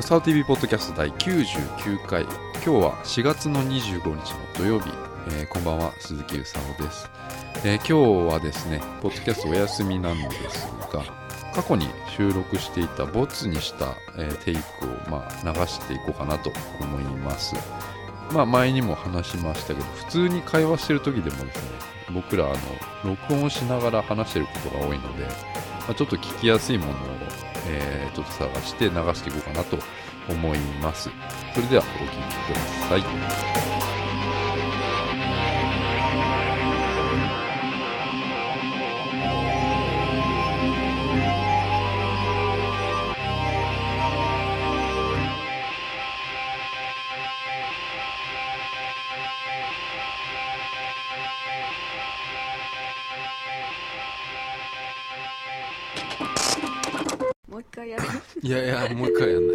サウ TV ポッドキャスト第99回今日は4月の25日の土曜日、えーこんばんは鈴木うさおです、えー今日はですねポッドキャストお休みなのですが過去に収録していたボツにした、えーテイクを、まあ、流していこうかなと思いますまあ前にも話しましたけど普通に会話してる時でもですね僕らあの録音しながら話してることが多いので、まあ、ちょっと聞きやすいものを、えーちょっと探して流していこうかなと思いますそれではお聴きくださいもう一回やるいやいやもう一回やんない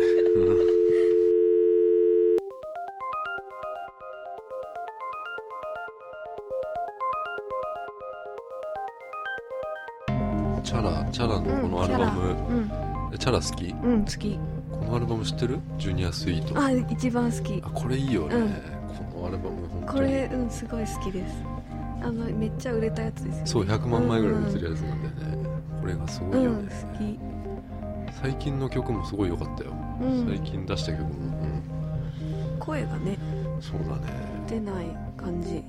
チャラチャラのこのアルバム、うんえチャラ好きうん好きこのアルバム知ってるジュニアスイートああ一番好きこれいいよね、うんこのアルバム本当にこれうんすごい好きですあのめっちゃ売れたやつですよねそう100万枚ぐらい売ってるやつなんだよね、これがすごいようんね、好き最近の曲もすごい良かったよ、う最ん近出した曲も、声がねうん、そうだね出ない感じ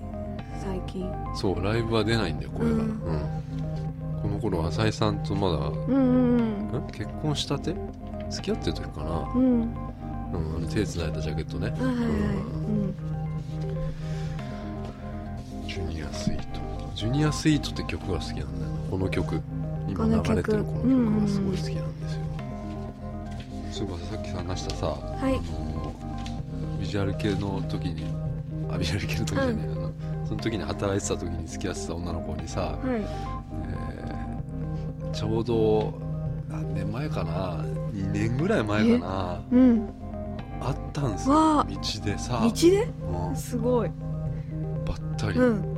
最近そうライブは出ないんだよ声が、ううんんこの頃浅井さんとまだ、うんうんん結婚したて付き合ってる時かな、うんうんはうん、あの手つないだジャケットねいはいはいジュニアスイート。ジュニアスイートって曲が好きなんだよね。この曲。今流れてるここのの曲曲がすごい好きなんですよ。そういえばさっき話したさ、うんはあいのビジュアル系の時に、あビジュアル系の時じゃねえ、あのその時に働いてた時に付き合ってた女の子にさ、はいえーちょうど何年前かな、2年ぐらい前かな、うんあったんですわよあ。道でさ、道でうんすごいばったり、うん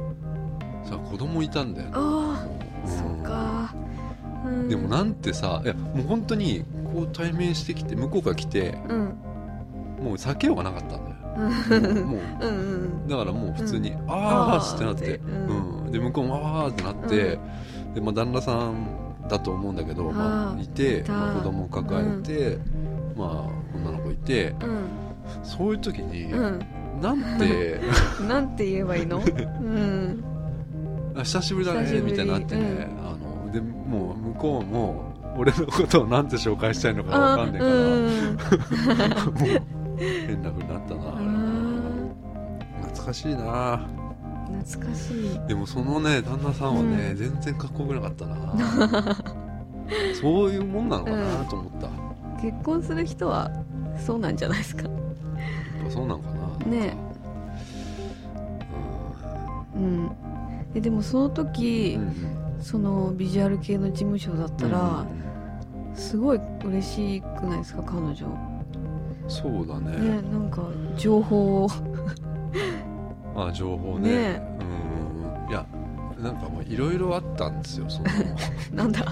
さ子供いたんだよね。あうあんそっかうんでもなんてさいやもう本当にこう対面してきて向こうから来てうんもう避けようがなかったんうだ よんもううんうんだからもう普通に「あーあーってなって、ってうんうんで向こうも「あーってなって、でまあ、旦那さんだと思うんだけど、まああ、ーいてい、たまあ、子供抱えて、まあ女の子いてうんそういう時に、うんなん てなんて言えばいいの うんあ久しぶりだ久しぶねみりたいになってね、うあのでもう向こうも俺のことをなんて紹介したいのかわかんないから。うんもう 変な風になったあなー懐かしいな懐かしいでもそのね旦那さんはね、うん全然かっこよくなかった なそういうもんなのかなと思った、や結婚する人はそうなんじゃないですかっぱそうなのかなねなんかうんえでもその時うん、うんそのビジュアル系の事務所だったら、すごい嬉しくないですか彼女うんそうだねねなんか情報を まあ情報ねねうんうんうんいやなんかもういろいろあったんですよ そのなんだい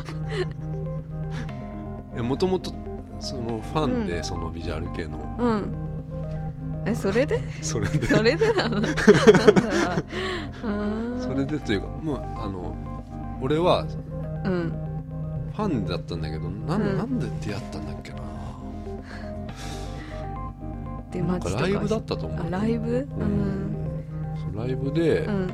やもともとそのファンで、そのビジュアル系のうんえそれ でそれでそれでな のなんだあーそれでというかもうあの俺はうんファンだったんだけどなん,、うんなんで出会ったんだっけな出なん待かちとかライブだったと思あうライブううんんそうライブでうん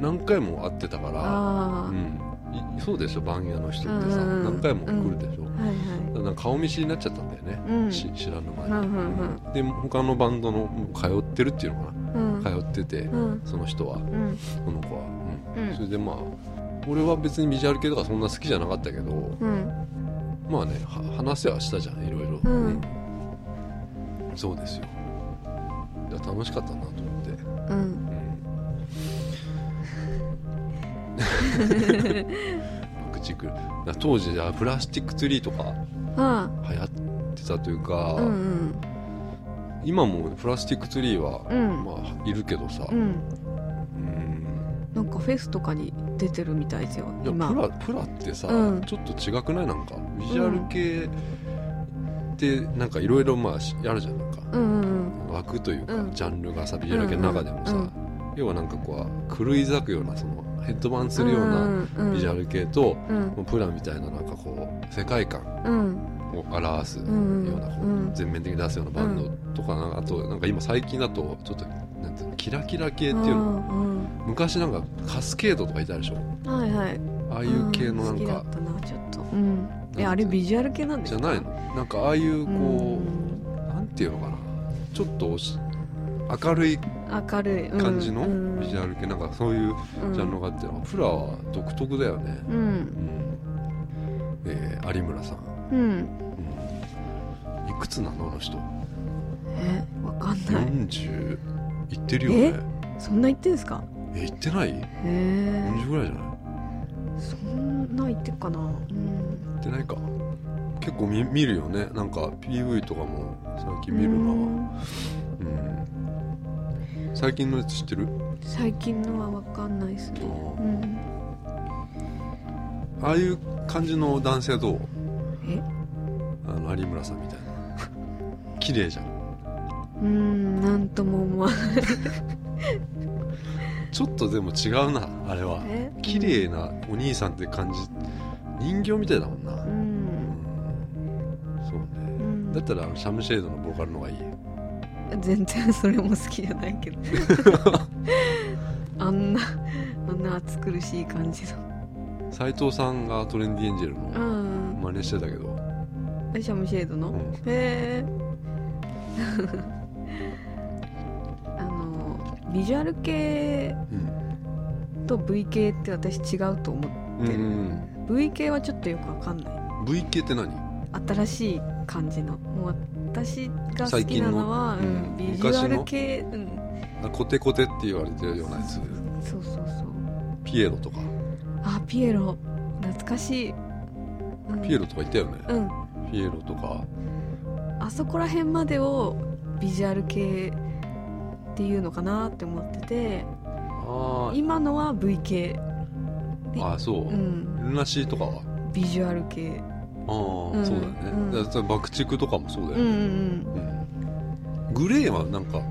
何回も会ってたから、あうんいそうでしょバンヤの人ってさ、うんうんうん何回も来るでしょ、あはいはいだからなんか顔見知りになっちゃったんだよね、うんし知らぬ間うんに、うんで他のバンドのもう通ってるっていうのかうんな、通ってて、うんその人はうんその子は、ううんそんれでまあ俺は別にビジュアル系とかそんな好きじゃなかったけど、うんまあねは話せはしたじゃんいろいろ、うんうんそうですよいや楽しかったなと思って、うんうん、口くるな当時あプラスチックツリーとかあ流行ってたというか、あうん今もプラスチックツリーは、うんまあ、いるけどさ、うんうんうんなんかフェスとかに出てるみたいですよいや今プラプラってさ、うんちょっと違くないなんかビジュアル系ってなんかいろいろまあしあるじゃんなんかうんうん枠というか、うんジャンルがさビジュアル系の中でもさ、うんうん要はなんかこう狂い咲くようなそのヘッドバンするようななビジュアル系と、うんもうプラみたいななんかこう世界観うをん表すようんうな、こううん全面的に出すようなバンドとかなあとなんか今最近だとちょっとなんていうのキラキラ系っていうのうん昔なんかカスケードとかいたでしょうんはいはいあああいう系のな好んきだかったなちょっとうんえあれビジュアル系なんでじすゃかないのなんかああいうこうんうなんていうのかなちょっとおし明るい明るいうん感じうのんビジュアル系なんかそういううんジャンルがあってプラは独特だよね、うんうんえー有村さん、うんうん、いくつなのあの人えわかんない40いってるよねそんな言ってんすかえいってないへえ ?40 ぐらいじゃないそんな言ってっかなうんいってないか結構見見るよねなんか PV とかも最近見るなうん、最近のやつ知ってる最近のはわかんないですねあうんああいう感じの男性はどうえあの有村さんみたいな綺麗じゃんうーん、なんとも思 わない。ちょっとでも違うなあれはえ綺麗なお兄さんって感じ人形みたいだもんな、う。うんん、そうねうんだったらあのシャムシェードのボーカルの方がいい全然それも好きじゃない けど。あんな、あんな暑苦しい感じの。斎藤さんがトレンディエンジェルうのん。真似してたけど、えシャムシェードの、うんへえ。 あの、ビジュアル系うんと V 系って私違うと思うんうんう。V 系はちょっとよくわかんない。 V 系って何新しい感じの。もう私が好きなのは、最近のうん、うんビジュア昔ルの系、うん。あコテコテって言われてるようなやつそうそうそう。ピエロとかあ、ピエロ。懐かしい。うんピエロとかいたよね、うん。ピエロとかあそこら辺までをビジュアル系っていうのかなって思ってて、あ今のは V 系。ーあーそう、うん。ルナシーとかはビジュアル系。ああ、うんそうだよね、うんだからそれ爆竹とかもそうだうんうよね、んうんグレーはなんか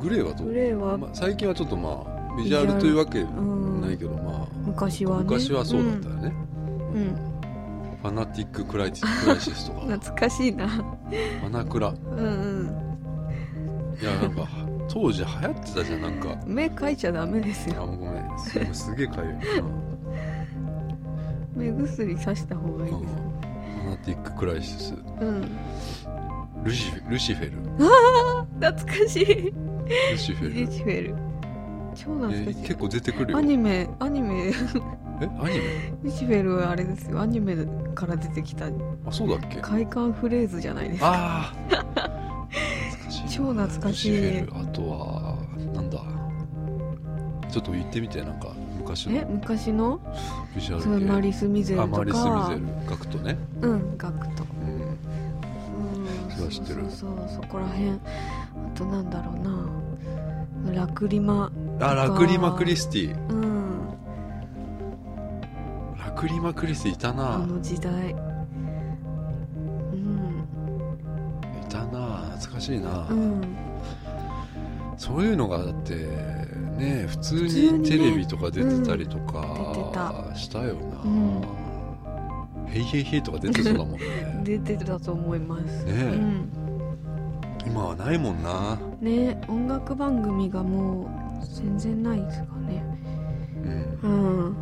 グレーはうどん。うグレーは、まあ、最近はちょっとまあビジュアルというわけうないん。けど、まあ昔はね。昔はそうだったよね、うん。うんファナティック・クライティクライシスとか フ懐かしいな。ァナクラうんうん。いやなんか当時流行ってたじゃんなんか目描いちゃダメですあよ。ごめんすすげえかゆいな目薬さした方がいいです。ファナティック・クライシスうん。ルシフェルシフェル懐かしい。ルシフリェルチフェル。超え懐かしい。ー結構出てくるよアニメ、アニメ、えアニメリチフェルはあれですよ、アニメから出てきたあそうだっけ快感フレーズじゃないですか。ああ懐かしいな超懐かしいルシフェルあとはなんだちょっと言ってみてなんか昔え、の昔のビジュアそうマル系リス・ミゼルあとか、マリス・ミゼルガクトね、うん、ガクト。うん、うん、それは知ってるそうそうそう、そこら辺。あとなんだろうな。ラクリマ。あラクリマ・クリスティうん、ラクリマ・クリスティいたあなの時代。うん、いたな懐かしいな、うん、そういうのがだってね普通普通ににねテレビとか出てたりとうん出てかたしたよな、うんヘイヘイヘイとか出てそうだもんね 出てたと思いまねす。えうん今はないもんなね音楽番組がもう全然ないですかねうんうん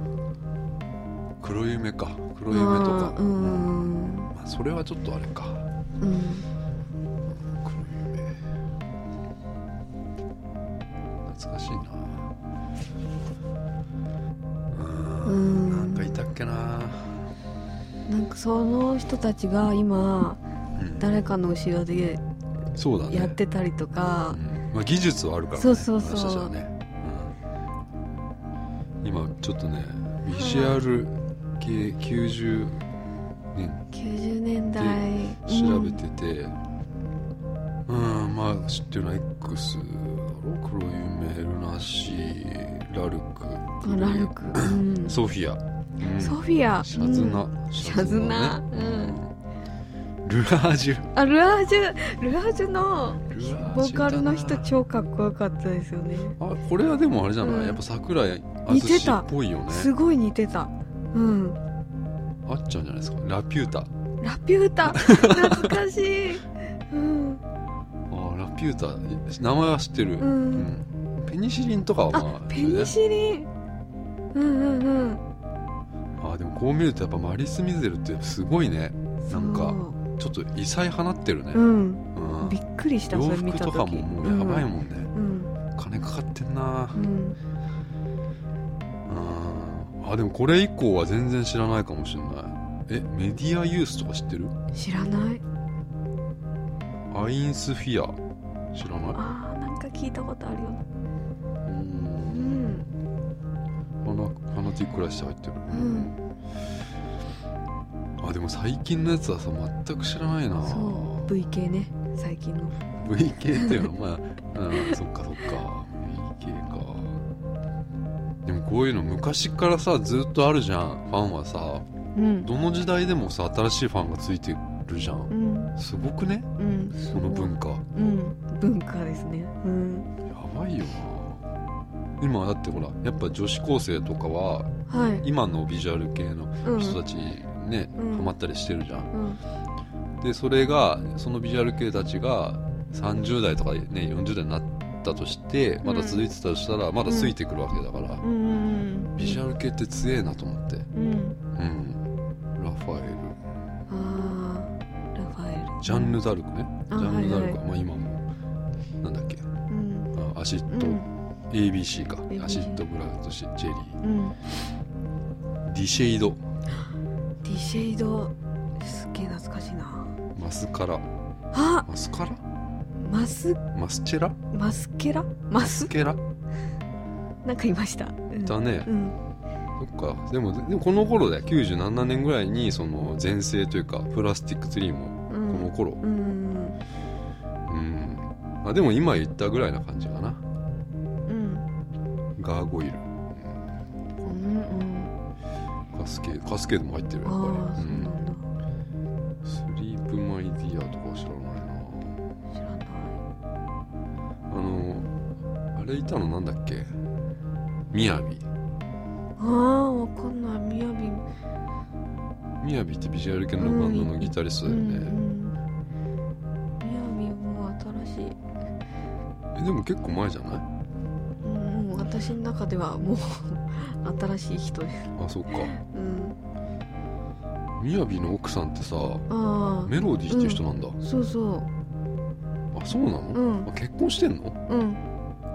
黒夢か黒夢とかあーう、んまあ、それはちょっとあれかうん黒夢懐かしいなううーんんなんかいたっけななんかその人たちが今うん誰かの後ろでそうだねやってたりとか、うんまあ、技術はあるからねそうそうそう私たちはね、うん今ちょっとねビジュアル系90年90年代調べててうん、まあ知ってるのは X だろ黒夢ルナシーラルクうん、ラルク、うん、ソフィア、うんソフィアシャズナ、うんシシャズナねうんうんルアージュあルアージュルアージュのルアボーカルの人あ超かっこよかったですよねこれはでもあれじゃない、うんやっぱ桜井あ似ずてしたっぽいよねすごい似てたうんあっちゃんじゃないですかラピュータラピュ ータ懐かしいうんああラピュータ名前は知ってる、ううんんペニシリンとかはまああペニシリンうんうんあでもこう見るとやっぱマリス・ミゼルってすごいねうんなんかそちょっと異彩放ってるね、ううんうんびっくりした洋それ見服たと時かももうやばいもんね、うん金かかってんなうんうんうんあでもこれ以降は全然知らないかもしれないえメディアユースとか知ってる知らないアインスフィア知らないあーなんか聞いたことあるよううんんファナファナティックらしさ入ってる、うあでも最近のやつはさ全く知らないなそう VK ね最近の VK っていうのはまあ、うん、そっかそっか VK かでもこういうの昔からさずっとあるじゃんファンはさうんどの時代でもさ新しいファンがついてるじゃんうんすごくねうんその文化うん文化ですねうんやばいよな今だってほらやっぱ女子高生とかははい今のビジュアル系のうん人たちね、うんハマったりしてるじゃんうんでそれがそのビジュアル系たちが30代とか、ね、40代になったとしてまだ続いてたとしたら、まだついてくるわけだから、うんうんビジュアル系って強えなと思ってうんうんラファエルあーラファエルジャンヌ・ダルクねジあャンヌ・ダルクはは、まあ、今もなんだっけうんあアシッうド、ん ABC か ABC アシッド・ブラウトシ・ジェリーうんディシェイドディシェイドすっげえ懐かしいなマスカラあマスカラマスマスチェラマスケラマスケラなんかいました、うん、だねうんそっかでもでもこの頃だよ97年ぐらいにその全盛というかプラスティックツリーもうこのん頃うんうん、あでも今言ったぐらいな感じかなうんガーゴイルうんうんカスケードカスケードも入ってるあやっあぱそりうなんだうん、スリープマイディアとかは知らないな知らなあいのあれいたのなんだっけみやびああわかんないみやびみやびってビジュアル系のバンドのギタリストだよね、うんうん、みやびも新しい、えでも結構前じゃないうん、もう私の中ではもう新しい人です、あそっかうん、みやびの奥さんってさあメロディーっていう人なんだ、あそうそあそうなの、ううんあ結婚してんのうん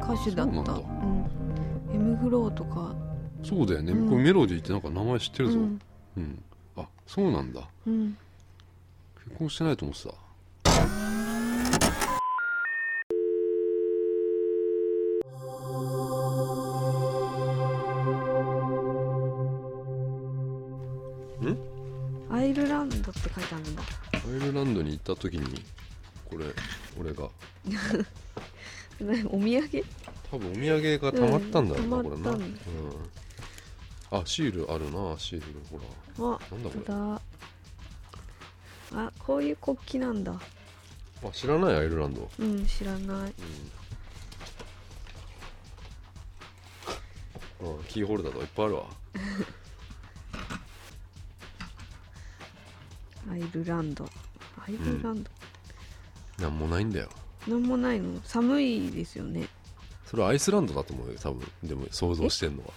歌手だっそうなんただうんエムフローとかそうだよね、うんこれメロディーってなんか名前知ってるぞううんん、あそうなんだうん結婚してないと思ってたアイルランドって書いてあるんだア イルランドに行った時にこれ俺がねお土産多分お土産がたまったんだろうな、うんこれ溜な、まうっんたん、あシールあるなシールほらあなんだこれだあこういう国旗なんだあ知らないアイルランド、うん知らないうんうん、キーホルダーとかいっぱいあるわアイルランドアイルランド、なんもないんだよなん、もないの寒いですよねそれアイスランドだと思うよ多分でも想像してんの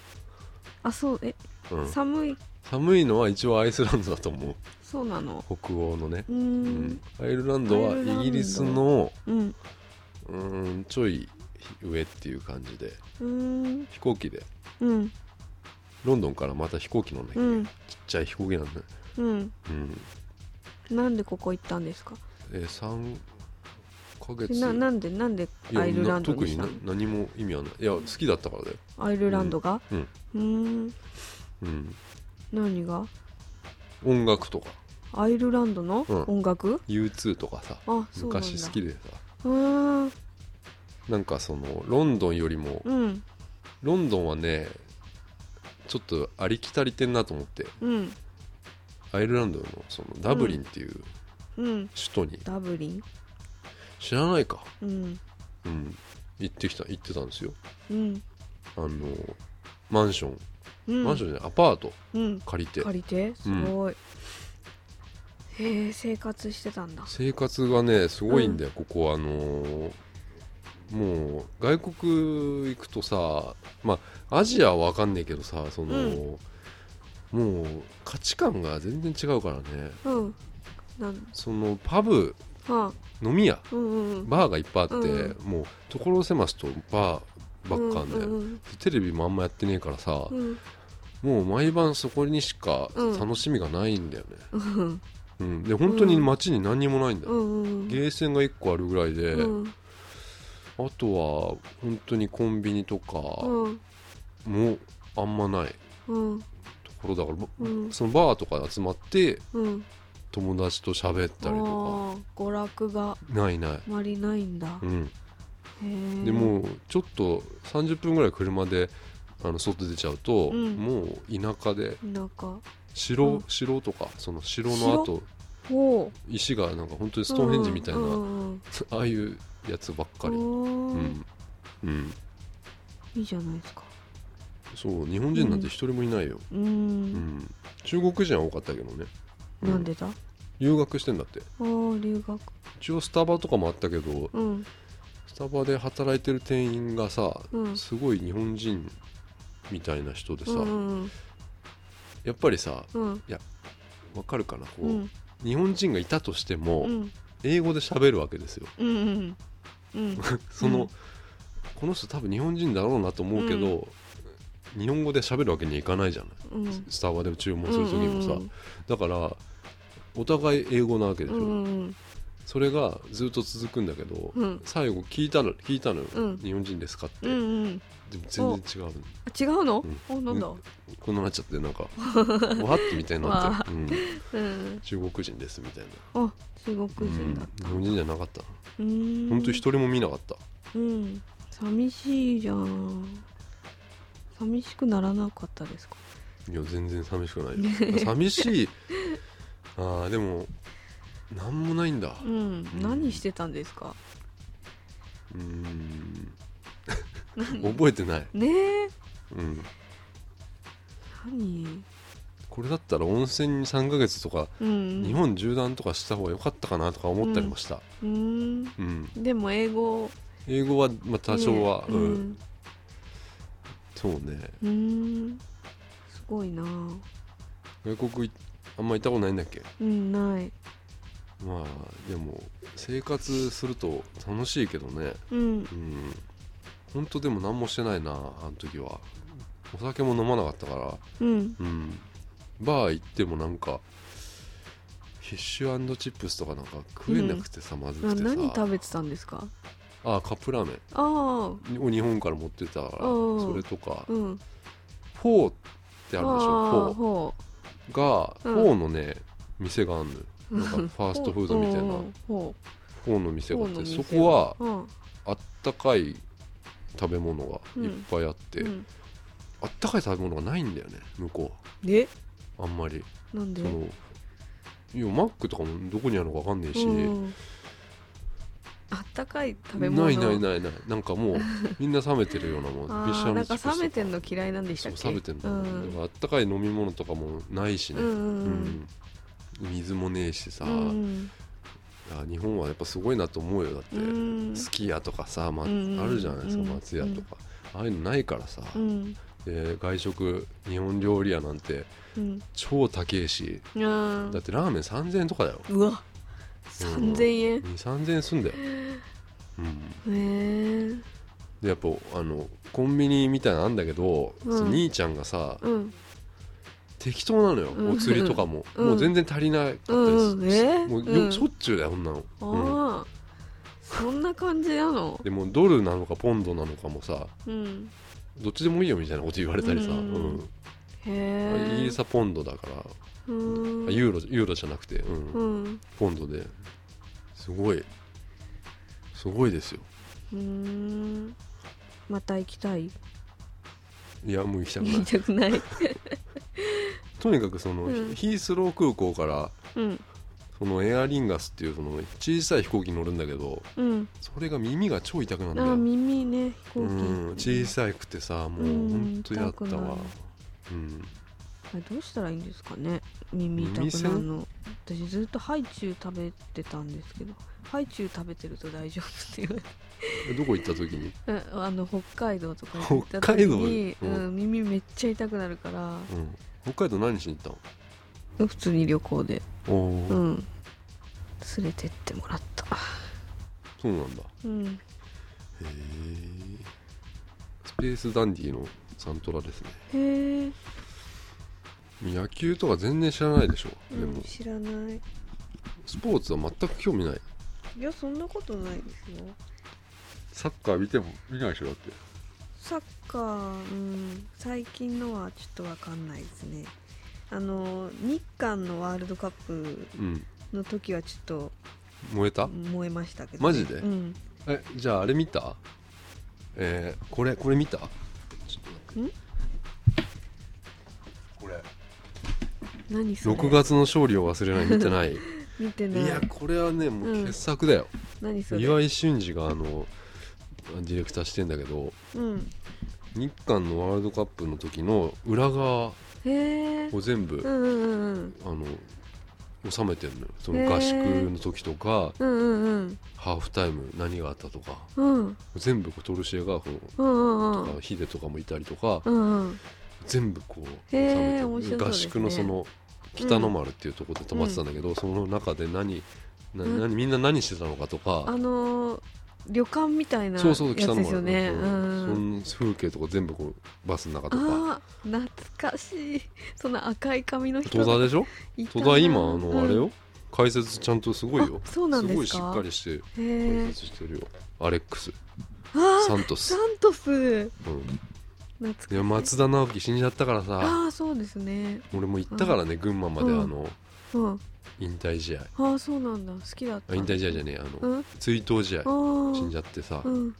あそうえ、は、うん、寒い寒いのは一応アイスランドだと思うそうなの北欧のねうーうんんアイルランドはイギリスのうんうーんちょい上っていう感じでうーん飛行機でうんロンドンからまた飛行機乗んなきゃういけないんちっちゃい飛行機なんだねうんうんなんでここ行ったんですかえー、3ヶ月ななんでなんでいやアイルランドな特にしにたなの何も意味はないいや好きだったからだよアイルランドがうんうーんうん何が音楽とかアイルランドのうん音楽、 U2 とかさあそうなんだ昔好きでさうーんなんかそのロンドンよりもうんロンドンはねちょっとありきたりてんなと思ってうんアイルランドのそのダブリンっていううん首都にダブリン知らないかうんうん行ってきた行ってたんですようんあのマンション、うんマンションじゃないアパートうん借りて借りてすごい、へえ生活してたんだ生活がねすごいんだよ、ここあのーもう外国行くとさまあアジアは分かんねえけどさその、もう価値観が全然違うからねうんなんそのパブあ飲み屋うんうんバーがいっぱいあって、うもう所狭しとバーばっかんだよ、うんテレビもあんまやってねえからさ、うんもう毎晩そこにしかうん楽しみがないんだよね、うんうんで本当に街に何にもないんだうよ、んうんゲーセンが1個あるぐらいで、うんあとは本当にコンビニとかうんもあんまないうんところだから、ばうんそのバーとかで集まってうん友達と喋っあたりとー娯楽がかないないあ、まりないんだう、ん、へえでもうちょっと30分ぐらい車であの外出ちゃうと、うんもう田舎でなんか城,、うん城とかその城の後おう石がなんか本当にストーンヘンジみたいな、うんうんうん、ああいうやつばっかり、うおーんうん、いいじゃないですかそう日本人なんて一人もいないよ、うーんうん中国人は多かったけどね、うなんでだあ留学してんだってー留学一応スタバとかもあったけどうんスタバで働いてる店員がさ、うんすごい日本人みたいな人でさ、うんうんやっぱりさうんわかるかなこう、うん日本人がいたとしても、うん英語で喋るわけですよ うんうんうんその、うんこの人多分日本人だろうなと思うけど、日本語で喋るわけにいかないじゃないうんうんスタバで注文する時もさ、うんだからお互い英語なわけでしうょ、んそれがずっと続くんだけど、うん最後聞いたの聞いたのよ、うん日本人ですかって、うんうんでも全然違うのあ違うのうんおなんだこんななっちゃってなん かわってみたいになって、うんうん中国人ですみたいな、あ中国人だっうんた日本人じゃなかったうーん本当一人も見なかったうん寂しいじゃん寂しくならなかったですかいや全然寂しくないよ寂しい あーでもなんもないんだうん何してたんですかうーん何覚えてない、ねえうん、何これだったら温泉に3ヶ月とかうん日本縦断とかした方が良かったかなとか思ったりもした、うーんうんでも英語英語は、まあ、多少は、ねうんうんそうねうーんすごいな外国いあんま行ったことないんだっけうんないまあでも生活すると楽しいけどねうんうん本当でも何もしてないなあの時はお酒も飲まなかったからうんうんバー行ってもなんかフィッシュチップスとかなんか食えなくてさ、まずくなてさ何食べてたんですかあカップラーメンあを日本から持ってたからうんそれとか、あうんフォーってあるでしょフォほーが、うんフォーのね店があるのよなんかファーストフードみたいなほフォーの店があっフォーての店そこはううんあったかい食べ物がいっぱいあって、うんあったかい食べ物がないんだよね向こでうあんまりなんでそのいやマックとかもどこにあるのか分かんねえし、うんあったかい食べ物ないないないないなんか もうみんな冷めてるようなもんあビッシーュなんチかップスとか冷めてんの嫌いなんでしたっけそう冷めてんだうもん、だかんらあったかい飲み物とかもないしうね、んううんん水もねえしさ、うんうんあ日本はやっぱすごいなと思うよだって、うんすき家とかさ、まうんあるじゃないですかうん松屋とか、ああいうのないからさ、うんで外食日本料理屋なんてうん超高えしあーだってラーメン3000円とかだよ うわ3000円23000円す んだよ、うん、へえでやっぱあのコンビニみたいなのあんだけど、うんその兄ちゃんがさうん適当なのよ、うんお釣りとかも、うんもう全然足りなかったです、うんえーもうようんしょっちゅうだよこんなの、あうんあ、そんな感じなのでもドルなのかポンドなのかもさうんどっちでもいいよみたいなこと言われたりさ、ううんんへえイギリスはポンドだから、うーんあユーロユーロじゃなくて、うんうんポンドですごいすごいですようーんまた行きたいいやもう行きたくな行いきたくないとにかくその、うんヒースロー空港からうんそのエアリンガスっていうその小さい飛行機に乗るんだけどうんそれが耳が超痛くなるあんだーよ耳ね飛行機うん、小さくてさもううんほんとやっ痛たくなわる、うん、あれどうしたらいいんですかね耳痛くなるの私ずっとハイチュウ食べてたんですけどハイチュウ食べてると大丈夫って言われてえどこ行った時に、えあの北海道とか行った北時海道に、うんうん、耳めっちゃ痛くなるからうん、北海道何しに行っ普通に旅行でたのおーうん連れてってもらったそうなんだへうんえスペースダンディのサントラですねへえ、野球とか全然知らないでしょ、うでん、も知らないスポーツは全く興味ないいやそんなことないですよサッカー見ても見ないでしょだってサッカー、うん、最近のはちょっとわかんないですねあの日韓のワールドカップうんの時はちょっと燃えた燃えましたけど、マジでうんえじゃああれ見たえー、これこれ見たちょっと待ってこれ何それ6月の勝利を忘れない見て ないい見てないやこれはねもううん傑作だよ、何それ岩井俊二があのディレクターしてんだけどうん日韓のワールドカップの時の裏側をへえ全部、うんうんうんうんあの収めてるのよその合宿の時とか、うんうんハーフタイム何があったとかうんうん全部こうトルシエがこのうんうんとかヒデとかもいたりとか、うんうん全部こう収へーめてる、面白そうですね合宿のその北の丸っていうところで泊まってたんだけど、その中で何なうん何みんな何してたのかとか、あのー旅館みたいなやつそうそうです北の丸よねううんんその風景とか全部こうバスの中とかあー懐かしいその赤い髪の人戸田でしょいた戸な田今あの、うんあれよ解説ちゃんとすごいよあそうなんですかごいしっかりしてへ解え説してるよアレックスあサーントスサ、ントスうん、懐かしいいや松田直樹死んじゃったからさああそうですね俺も行ったからね群馬まであうんのうん引退試合ああそうなんだ好きだっあた引退試合じゃねねえあうのん追悼試合ああ死んじゃってさうん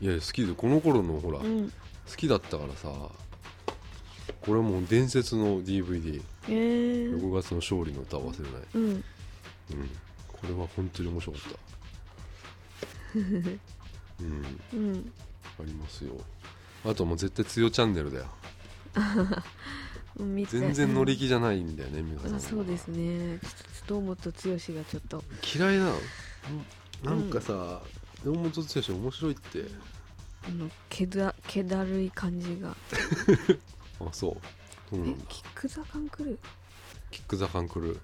いや好きでこの頃のほらう好んきだったからさこれはもう伝説の DVD へえ6月の勝利の歌を忘れないうんうん、これは本当に面白か った。うん、うんありますよ。あともう絶対強チャンネルだよ。うん見て全然乗り気じゃないんだよね、美香さんあは。そうですねちょっと堂本剛がちょっと嫌いなの。なんかさ、山本剛面白いって。あのけだけだるい感じがあ、そう。そうえなんだ。キックザカンクルーキックザカンクルー。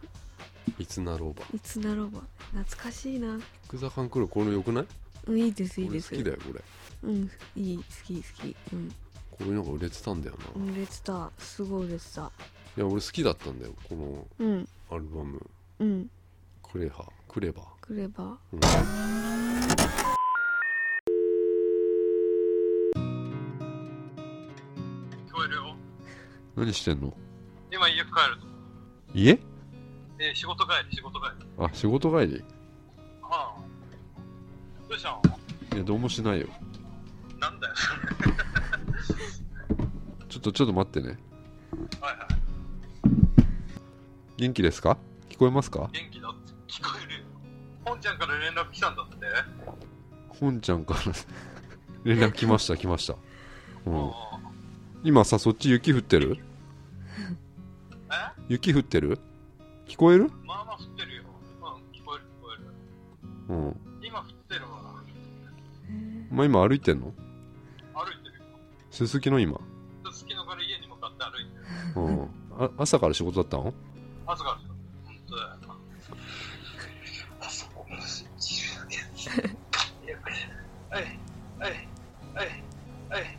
いつなろうば。いつなろうば懐かしいなキックザカンクルー、これ良くない。うんいいですいい俺です好きだよ、これ。うんいい好き好きうんこういうのが売れてたんだよな。い売れてたすごい売れてたや、俺好きだったんだよ、このうんアルバム。うんクレハ、クレバ。くればうん聞こえるよ。何してんの。今家帰ると。家。えー仕事帰り、仕事帰り。あ、仕事帰り。はあ。どうしたのいや、どうもしないよ。なんだよ。ちょっと、ちょっと待ってね。はいはい。元気ですか聞こえますか元気だって。聞こえるよ。本ちゃんから連絡来たんだって。本ちゃんから 連絡来ました、来ました。う、うん今さ、そっち雪降ってるえ雪降ってる聞こえるまあまあ降ってるよ。うん、聞こえる聞こえる。うん。今降ってるわ。お前今歩いてんの歩いてるよ。すすきの 今。すすきのから家に向かって歩いてる。うん。あ朝から仕事だったの朝からだよ。ほんとだよ。あそこのスイッチいる。はい、はい、はい、はい。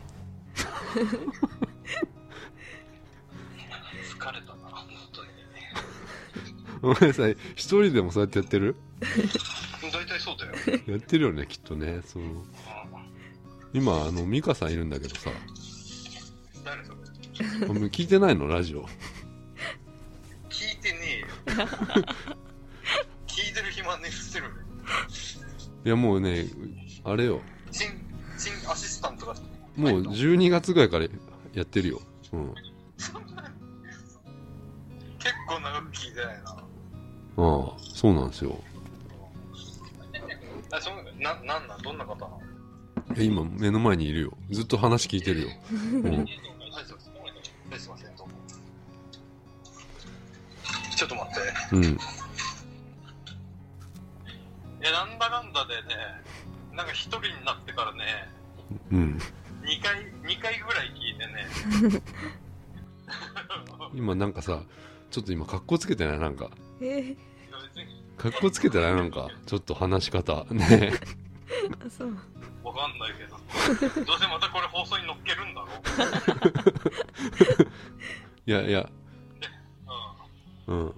疲れたな、本当に。ごめんなさい、一人でもそうやってやってる大体そうだよ。やってるよね、きっとね。その今、あの、美香さんいるんだけどさ、誰それあもう聞いてないの、ラジオ。聞いてねえよ。聞いてる暇ねえっつってるよね。いや、もうね、あれよ。チン、チンアシスタントが。もう12月ぐらいからやってるよ。うん。そんな結構長く聞いてないな。ああそうなんですよえ、その、な、なんなんどんな方なのえ今目の前にいるよずっと話聞いてるよ、うんはい、すいませんはいすいません、どうも。ちょっと待って。うん、え、なんだかんだでね、なんか一人になってからね、うん、 2回、2回ぐらい聞いてね、今なんかさちょっと今格好つけてないなんかえ別に格好つけてないなんかちょっと話し方ねー、あそうわかんないけど、どうせまたこれ放送に乗っけるんだろう。いやいやううん